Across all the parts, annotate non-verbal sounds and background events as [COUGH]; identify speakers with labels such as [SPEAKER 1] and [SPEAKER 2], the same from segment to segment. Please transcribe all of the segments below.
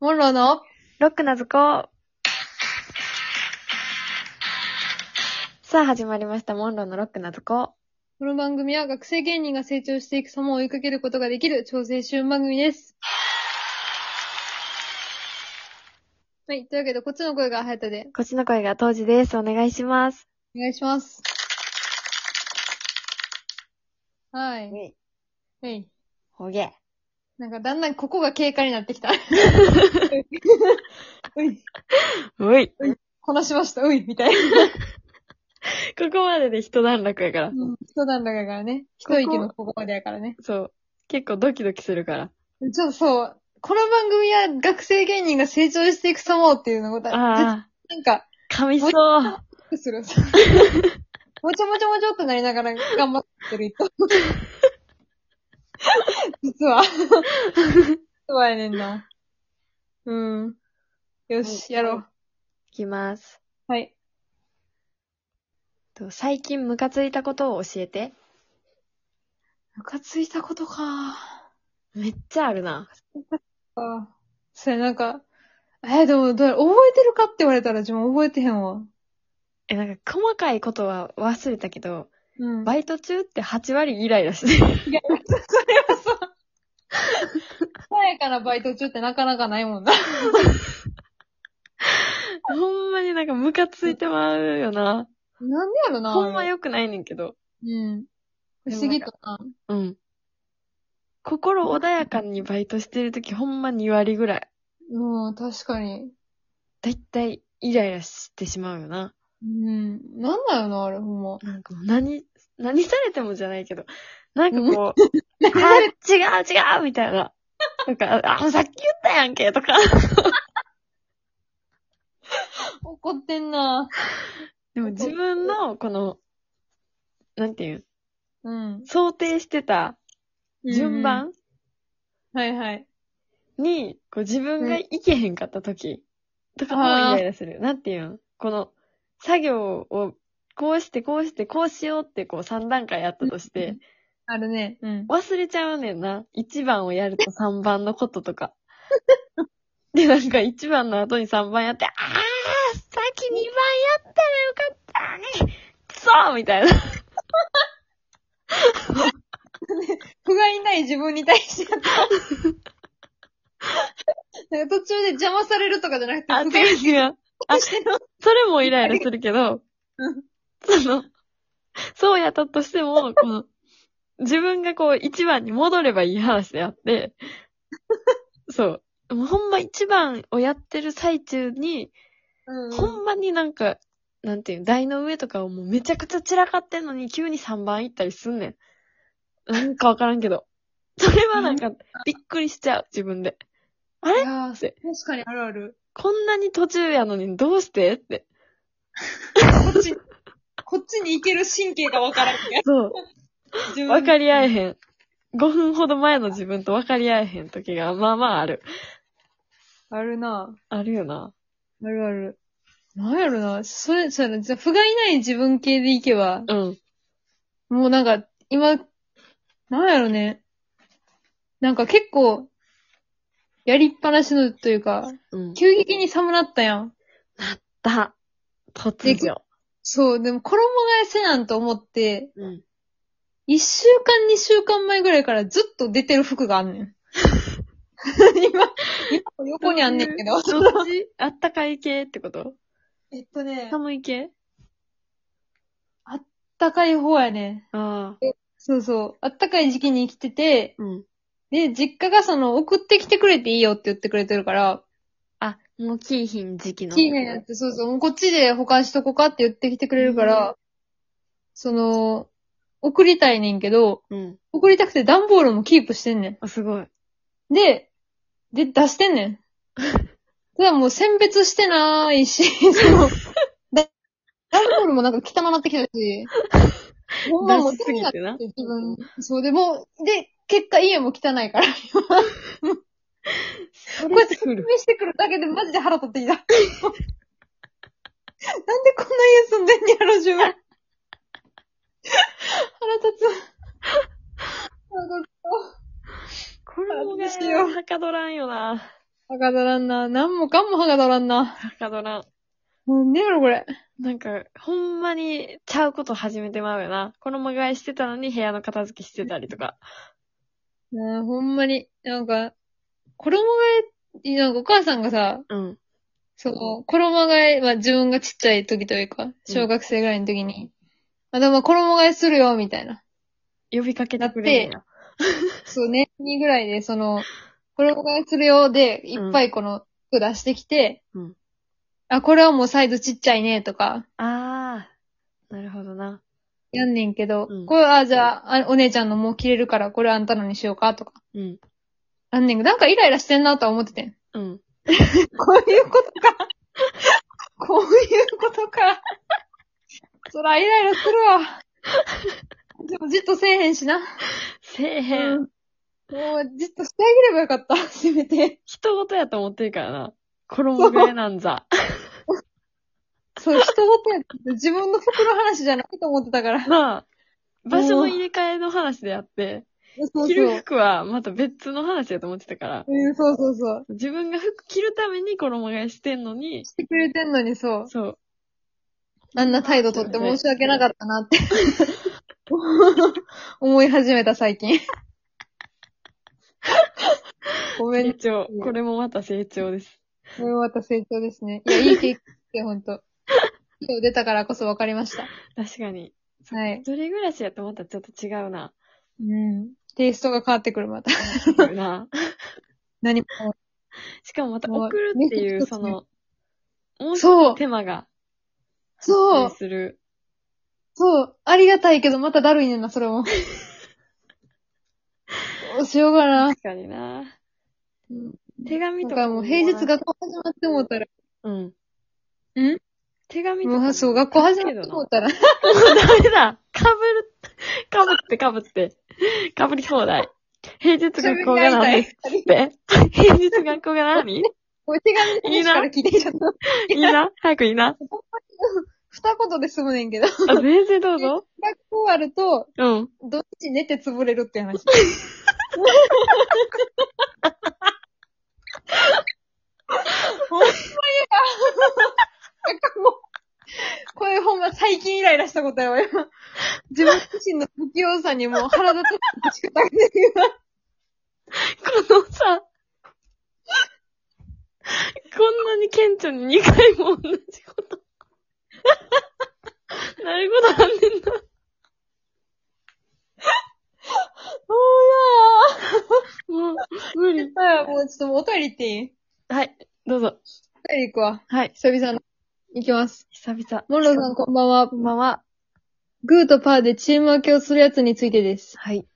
[SPEAKER 1] モンローの
[SPEAKER 2] ロックな図工。さあ、始まりました。モンローのロックな図工。
[SPEAKER 1] この番組は学生芸人が成長していく様を追いかけることができる超青春番組です。はい。というわけで、こっちの声がハヤタで、
[SPEAKER 2] こっちの声が当時です。お願いします。
[SPEAKER 1] お願いします。はい。はい。
[SPEAKER 2] ほげ。
[SPEAKER 1] なんか、だんだんここが経過になってきた。 [LAUGHS] うい、
[SPEAKER 2] おい。
[SPEAKER 1] こなしました、うい、みたいな。
[SPEAKER 2] ここまでで一段落やから。
[SPEAKER 1] 一段落やからね。
[SPEAKER 2] こ
[SPEAKER 1] 一
[SPEAKER 2] こ
[SPEAKER 1] 息のここまでやからね。
[SPEAKER 2] そう。結構ドキドキするから。
[SPEAKER 1] ちょっとそう、この番組は学生芸人が成長していく様をっていうのが、絶
[SPEAKER 2] ああ、
[SPEAKER 1] 対なん [LAUGHS] か、
[SPEAKER 2] 噛みそう。
[SPEAKER 1] する。もちょもちょもちょっとなりながら頑張ってる人。実は。実はやねんな。うん。よし、やろう。
[SPEAKER 2] いきます。
[SPEAKER 1] はい。
[SPEAKER 2] と最近ムカついたことを教えて。
[SPEAKER 1] ムカついたことか。
[SPEAKER 2] めっちゃあるな。
[SPEAKER 1] あそれなんか、え、でも、どれ覚えてるかって言われたら自分覚えてへんわ。
[SPEAKER 2] え、なんか細かいことは忘れたけど、
[SPEAKER 1] うん。
[SPEAKER 2] バイト中って8割イライラしてる。
[SPEAKER 1] いや、それはさ、爽やかなバイト中ってなかなかないもんな。
[SPEAKER 2] [LAUGHS] ほんまになんかムカついてまうよな。
[SPEAKER 1] なんでやろな。
[SPEAKER 2] ほんま良くないねんけど。
[SPEAKER 1] うん。不思議とな。
[SPEAKER 2] うん。心穏やかにバイトしてるときほんま2割ぐらい。
[SPEAKER 1] うん、確かに。
[SPEAKER 2] だいたいイライラしてしまうよな。
[SPEAKER 1] うん。なんだよな、あれ、ほんま。
[SPEAKER 2] なんかもう何、何されてもじゃないけど。なんかこう、 [LAUGHS] あー、違う違うみたいな。なんか、あ、さっき言ったやんけとか。
[SPEAKER 1] 怒ってんな。
[SPEAKER 2] でも自分のこの、なんていうん、
[SPEAKER 1] うん。
[SPEAKER 2] 想定してた順
[SPEAKER 1] うん
[SPEAKER 2] 番
[SPEAKER 1] うんはいはい。
[SPEAKER 2] に、こう自分が行けへんかった時とかもイライラする。なんていうんこの、作業を、こうして、こうして、こうしようって、こう3段階あったとして、
[SPEAKER 1] あるね。うん。
[SPEAKER 2] 忘れちゃうねんな。1番をやると3番のこととか。 [LAUGHS] で、なんか1番の後に3番やって、あーさっき2番やったらよかったねくそーみたいな。
[SPEAKER 1] 不甲斐ない自分に対してやった。 [LAUGHS] なんか途中で邪魔されるとかじゃなくて、
[SPEAKER 2] あ、
[SPEAKER 1] 不
[SPEAKER 2] 違う
[SPEAKER 1] 甲斐
[SPEAKER 2] 違う。
[SPEAKER 1] ないしての。
[SPEAKER 2] それもイライラするけど
[SPEAKER 1] うん、
[SPEAKER 2] その、そうやったとしても、この、自分がこう一番に戻ればいい話であって、そう。もうほんま一番をやってる最中に、
[SPEAKER 1] うん。
[SPEAKER 2] ほんまになんか、なんていうの、台の上とかをもうめちゃくちゃ散らかってんのに急に3番行ったりすんねん。なんかわからんけど。それはなんか、びっくりしちゃう、自分で。
[SPEAKER 1] いやー
[SPEAKER 2] って
[SPEAKER 1] 確かにあるある。
[SPEAKER 2] こんなに途中やのにどうしてって。
[SPEAKER 1] こっ [LAUGHS] ち、こっちに行ける神経がわからんみたいな
[SPEAKER 2] そう。
[SPEAKER 1] 自分
[SPEAKER 2] 分かり合え
[SPEAKER 1] ん。
[SPEAKER 2] へん。5分ほど前の自分と分かり合えへん時が、まあまあある。
[SPEAKER 1] あるな
[SPEAKER 2] あるよな。
[SPEAKER 1] あるある。なんやろな。それ、そうやな。じゃあ不甲斐ない自分系でいけば、
[SPEAKER 2] うん。
[SPEAKER 1] もうなんか、今、なんやろね。なんか結構、やりっぱなしのというか、
[SPEAKER 2] うん。
[SPEAKER 1] 急激に寒なったやん。
[SPEAKER 2] だ。突如。
[SPEAKER 1] そう、でも衣替えせなんと思って、
[SPEAKER 2] うん。
[SPEAKER 1] 一週間、二週間前ぐらいからずっと出てる服があんね
[SPEAKER 2] [LAUGHS]
[SPEAKER 1] ん。今、今も横にあんねんけど。
[SPEAKER 2] どっちあったかい系ってこと
[SPEAKER 1] えっとね
[SPEAKER 2] 寒い系
[SPEAKER 1] 暖かい方やね。
[SPEAKER 2] ああ。
[SPEAKER 1] そうそう。あったかい時期に生きてて、
[SPEAKER 2] うん。
[SPEAKER 1] で、実家がその、送ってきてくれていいよって言ってくれてるから、
[SPEAKER 2] あ、もうキーヒン時期の。
[SPEAKER 1] 近年やって、そうそう、もうこっちで保管しとこかって言ってきてくれるから、その、送りたいねんけど、
[SPEAKER 2] うん。
[SPEAKER 1] 送りたくて段ボールもキープしてんね
[SPEAKER 2] あ、すごい。
[SPEAKER 1] ん。で、で、出してんね
[SPEAKER 2] [LAUGHS]
[SPEAKER 1] ん。ただもう選別してないし、その、だ段ボールもなんか汚なってきた
[SPEAKER 2] [LAUGHS]
[SPEAKER 1] し、もうもう
[SPEAKER 2] 出しすぎてな。
[SPEAKER 1] 自分、そう、でもう、で、結果家も汚いから、今。
[SPEAKER 2] そ
[SPEAKER 1] こうやって
[SPEAKER 2] 作
[SPEAKER 1] 説
[SPEAKER 2] る。
[SPEAKER 1] 明してくるだけでマジで腹立ってきた。なんでこんな家住んでんねやろ、自分。腹立つ。腹立つ
[SPEAKER 2] これもね
[SPEAKER 1] どうしよう、
[SPEAKER 2] はかどらんよな。
[SPEAKER 1] はがどらんな。なんもかんもはがどらんな。
[SPEAKER 2] はかどらん。
[SPEAKER 1] なんでやろ、これ。
[SPEAKER 2] なんか、ほんまにちゃうこと始めてまうよな。衣替えしてたのに部屋の片付けしてたりとか。
[SPEAKER 1] なあほんまに。なんか、衣替え、なんかお母さんがさ、
[SPEAKER 2] うん。
[SPEAKER 1] その、衣替え、まあ自分がちっちゃい時というか、小学生ぐらいの時に、あ、でも衣替えするよ、みたいな。
[SPEAKER 2] 呼びかけてくれるんや。
[SPEAKER 1] そう、年にぐらいで、その、衣替えするよ、で、いっぱいこの服出してきて、
[SPEAKER 2] うん
[SPEAKER 1] あ、これはもうサイズちっちゃいね、とか、
[SPEAKER 2] あー、なるほどな。
[SPEAKER 1] やんねんけど、
[SPEAKER 2] うん
[SPEAKER 1] これ、あ、じゃああ、お姉ちゃんのもう着れるから、これあんたのにしようか、とか。
[SPEAKER 2] うん。
[SPEAKER 1] あんねんけど、なんかイライラしてんなとは思ってて [LAUGHS] ん。
[SPEAKER 2] うん。
[SPEAKER 1] こういうことか。 [LAUGHS] こういうことか。そら、イライラするわ。でも、じっとせえへんしな。
[SPEAKER 2] せえへん。
[SPEAKER 1] うんもう、じっとしてあげればよかった。せめて。
[SPEAKER 2] 人事やと思ってるからな。衣替えなんざ。
[SPEAKER 1] そう、人ごとやって自分の服の話じゃないと思ってたから。そ
[SPEAKER 2] まあ、 [LAUGHS] 場所の入れ替えの話であって、
[SPEAKER 1] うそう。
[SPEAKER 2] 着る服はまた別の話やと思ってたから、
[SPEAKER 1] うん、そうそうそう。
[SPEAKER 2] 自分が服着るために衣替えしてんのに、
[SPEAKER 1] してくれてんのに、そう。
[SPEAKER 2] そう。
[SPEAKER 1] あんな態度とって申し訳なかったな [LAUGHS] って、思い始めた最近。ごめん
[SPEAKER 2] 成
[SPEAKER 1] ね。
[SPEAKER 2] 長。これもまた成長です。
[SPEAKER 1] これはまた成長ですね。いや、いい経験で、ほんと。今日出たからこそ分かりました。
[SPEAKER 2] 確かに。
[SPEAKER 1] はい。
[SPEAKER 2] 一人暮らしやとまたちょっと違うな。
[SPEAKER 1] うん。テイストが変わってくる、また。
[SPEAKER 2] 違
[SPEAKER 1] [LAUGHS]
[SPEAKER 2] うな。
[SPEAKER 1] 何も。
[SPEAKER 2] しかもまた
[SPEAKER 1] もう
[SPEAKER 2] 送るってい
[SPEAKER 1] ね
[SPEAKER 2] う、その、もう一
[SPEAKER 1] そう
[SPEAKER 2] つ手間が、
[SPEAKER 1] そう、
[SPEAKER 2] する。
[SPEAKER 1] そう。ありがたいけど、まただるいねんな、それ
[SPEAKER 2] [LAUGHS]
[SPEAKER 1] も。どうしようかな。
[SPEAKER 2] 確かにな。
[SPEAKER 1] うん
[SPEAKER 2] 手紙
[SPEAKER 1] なん
[SPEAKER 2] と
[SPEAKER 1] か
[SPEAKER 2] か
[SPEAKER 1] もう平日学校始まって思ったら、
[SPEAKER 2] うん。
[SPEAKER 1] ん
[SPEAKER 2] 手紙とかも
[SPEAKER 1] もうそう、学校始まって思ったら、
[SPEAKER 2] [LAUGHS] ダメだ。かぶる、かぶってかぶって。かぶり放題。平日
[SPEAKER 1] [LAUGHS]
[SPEAKER 2] 学校が何ですって平日学校が何い
[SPEAKER 1] これ手紙の話から聞いてきちゃった。
[SPEAKER 2] いな早くいいな
[SPEAKER 1] 二言で済むねんけど、 [LAUGHS]
[SPEAKER 2] あ、全然どうぞ。
[SPEAKER 1] 学校あると、
[SPEAKER 2] うん。
[SPEAKER 1] どっち寝て潰れるって話。ほんまや。なんかもう、これほんま最近イライラしたことやわ、今。自分自身の不器用さにもう腹立つ仕方がない
[SPEAKER 2] このさ、こんなに顕著に2回も同じこと。 [LAUGHS] なることあんねんな。
[SPEAKER 1] ほ
[SPEAKER 2] もう、無理。
[SPEAKER 1] んや。もうちょっともうおトイレ行っていい
[SPEAKER 2] はい、どうぞ。
[SPEAKER 1] おトイレ行くわ。
[SPEAKER 2] はい、
[SPEAKER 1] 久々の。行きます。
[SPEAKER 2] 久々。
[SPEAKER 1] モンローさんこんばんは
[SPEAKER 2] こ。んばんは。
[SPEAKER 1] グーとパーでチーム分けをするやつについてです。
[SPEAKER 2] はい。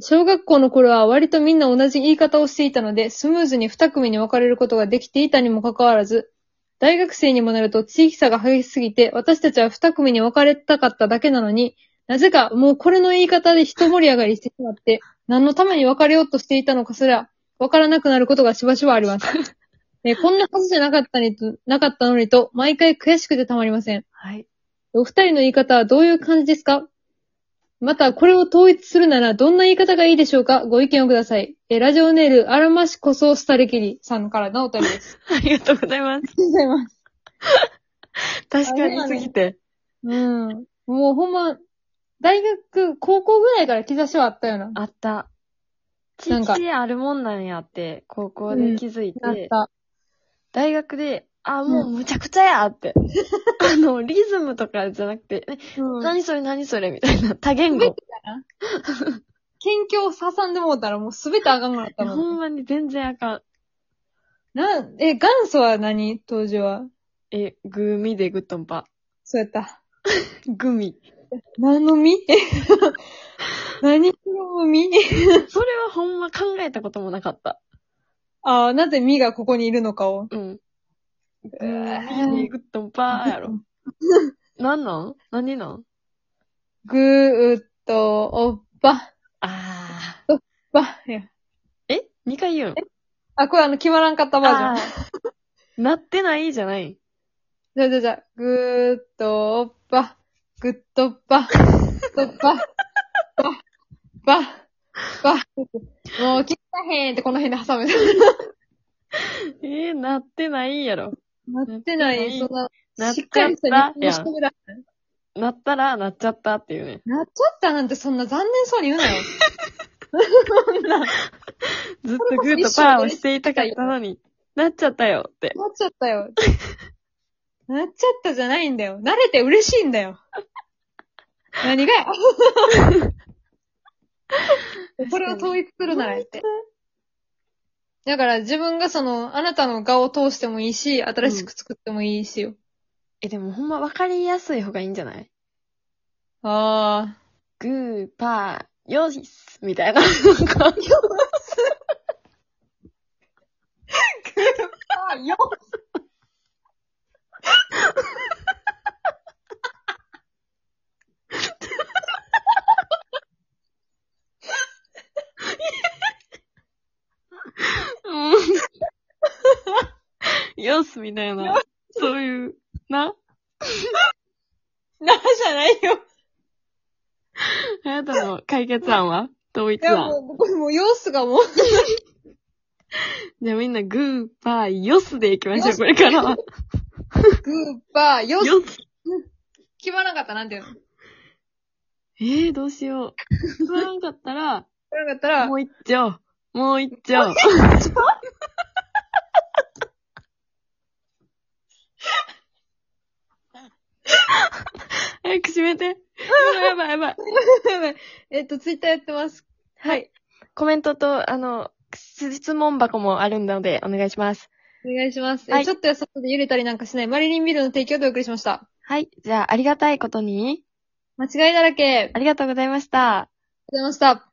[SPEAKER 1] 小学校の頃は割とみんな同じ言い方をしていたので、スムーズに二組に分かれることができていたにもかかわらず、大学生にもなると地域差が激しすぎて、私たちは二組に分かれたかっただけなのに、なぜかもうこれの言い方で一盛り上がりしてしまって、何のために分かれようとしていたのかすら、分からなくなることがしばしばあります。えこんなはずじゃなかったにと、なかったのにと、毎回悔しくてたまりません。
[SPEAKER 2] はい。
[SPEAKER 1] お二人の言い方はどういう感じですかまた、これを統一するなら、どんな言い方がいいでしょうかご意見をください。えー、ラジオネール、あらましこそスタレキリさんからのお便りです。
[SPEAKER 2] ありがとうございます。
[SPEAKER 1] ありがとうございます。
[SPEAKER 2] 確かにすぎて。
[SPEAKER 1] うん。もうほんま、大学、高校ぐらいから兆しはあったよな。
[SPEAKER 2] あった。地
[SPEAKER 1] なんか
[SPEAKER 2] 域であるもんなんやって、高校で気づいて、
[SPEAKER 1] あった。
[SPEAKER 2] 大学で、あ、もううんむちゃくちゃや [LAUGHS] って。あの、リズムとかじゃなくて、え
[SPEAKER 1] うん。
[SPEAKER 2] 何それ何それみたいな、多言語。
[SPEAKER 1] 県境を挟んでもうたらもうすべてあかんくなったも
[SPEAKER 2] ほん
[SPEAKER 1] ん。
[SPEAKER 2] まに全然あかん。
[SPEAKER 1] なん、え、元祖は何当時は。
[SPEAKER 2] え、グミでグッドンパ。
[SPEAKER 1] そうやった。
[SPEAKER 2] グミ。
[SPEAKER 1] 何の [LAUGHS] 実何の実
[SPEAKER 2] それはほんま考えたこともなかった。
[SPEAKER 1] ああ、なぜミがここにいるのかを。
[SPEAKER 2] うん。グ
[SPEAKER 1] ー
[SPEAKER 2] ミでグッドンパや [LAUGHS] ろ。なんなん何なん
[SPEAKER 1] ぐーっと、おっぱ、
[SPEAKER 2] あ
[SPEAKER 1] ば、いや
[SPEAKER 2] ー。え二回言うん
[SPEAKER 1] あ、これあの、決まらんかったバージョン。
[SPEAKER 2] あーなってないじゃない。
[SPEAKER 1] じゃあじゃあじゃあ、ぐーっと、おっぱ、ぐっとっぱ、ぐっとっぱ、ば、ば、ば。もう、聞かへんってこの辺で挟む。
[SPEAKER 2] えー、なってないやろ。
[SPEAKER 1] なってな、
[SPEAKER 2] なってないい
[SPEAKER 1] そんな、
[SPEAKER 2] なっ
[SPEAKER 1] し
[SPEAKER 2] ち
[SPEAKER 1] っか
[SPEAKER 2] ゃっ
[SPEAKER 1] りした
[SPEAKER 2] た
[SPEAKER 1] 日本語
[SPEAKER 2] や
[SPEAKER 1] し
[SPEAKER 2] ん
[SPEAKER 1] ゃ。べらん。
[SPEAKER 2] なったら、なっちゃったっていうね。
[SPEAKER 1] なっちゃったなんてそんな残念そうに言うなよ。そんな、なっ
[SPEAKER 2] ずっとグーとパーをしていたかったのに、なっちゃったよって。
[SPEAKER 1] ちゃったよ。なっちゃったじゃないんだよ。慣れて嬉しいんだよ。何がやこれを統一するならやって。だから自分がその、あなたの顔を通してもいいし、新しく作ってもいいしよ。
[SPEAKER 2] え、でもほんま分かりやすい方がいいんじゃない
[SPEAKER 1] あ
[SPEAKER 2] グー、パー、よしスみたいな。
[SPEAKER 1] あ。あ、よ
[SPEAKER 2] よしみたいな。そういう、な。
[SPEAKER 1] な、じゃ [LAUGHS] ないよ。
[SPEAKER 2] あなたの解決案は統
[SPEAKER 1] い
[SPEAKER 2] 一
[SPEAKER 1] や、
[SPEAKER 2] 案。
[SPEAKER 1] もう、これもう様子 [LAUGHS] がもう、
[SPEAKER 2] じゃあみんなグー、パー、よすでいきましょう、これからは。
[SPEAKER 1] グーパー、よし、
[SPEAKER 2] よす。
[SPEAKER 1] 決まらなかった、なんていうの。 [LAUGHS] 決
[SPEAKER 2] えー、どうしよう。そうなんかったら、
[SPEAKER 1] まらなかったら、
[SPEAKER 2] もう一丁。もう一丁。早く閉めて。やばいやばい。
[SPEAKER 1] やばいえっと、ツイッターやってます。はい。
[SPEAKER 2] コメントと、あの、質問箱もあるので、お願いします。
[SPEAKER 1] お願いします。え
[SPEAKER 2] はい
[SPEAKER 1] ちょっとやそっとで揺れたりなんかしないマリリンビルの提供でお送りしました。
[SPEAKER 2] はい。じゃあ、ありがたいことに、
[SPEAKER 1] 間違いだらけ。ありがとう
[SPEAKER 2] ありがとうございました。
[SPEAKER 1] ございました。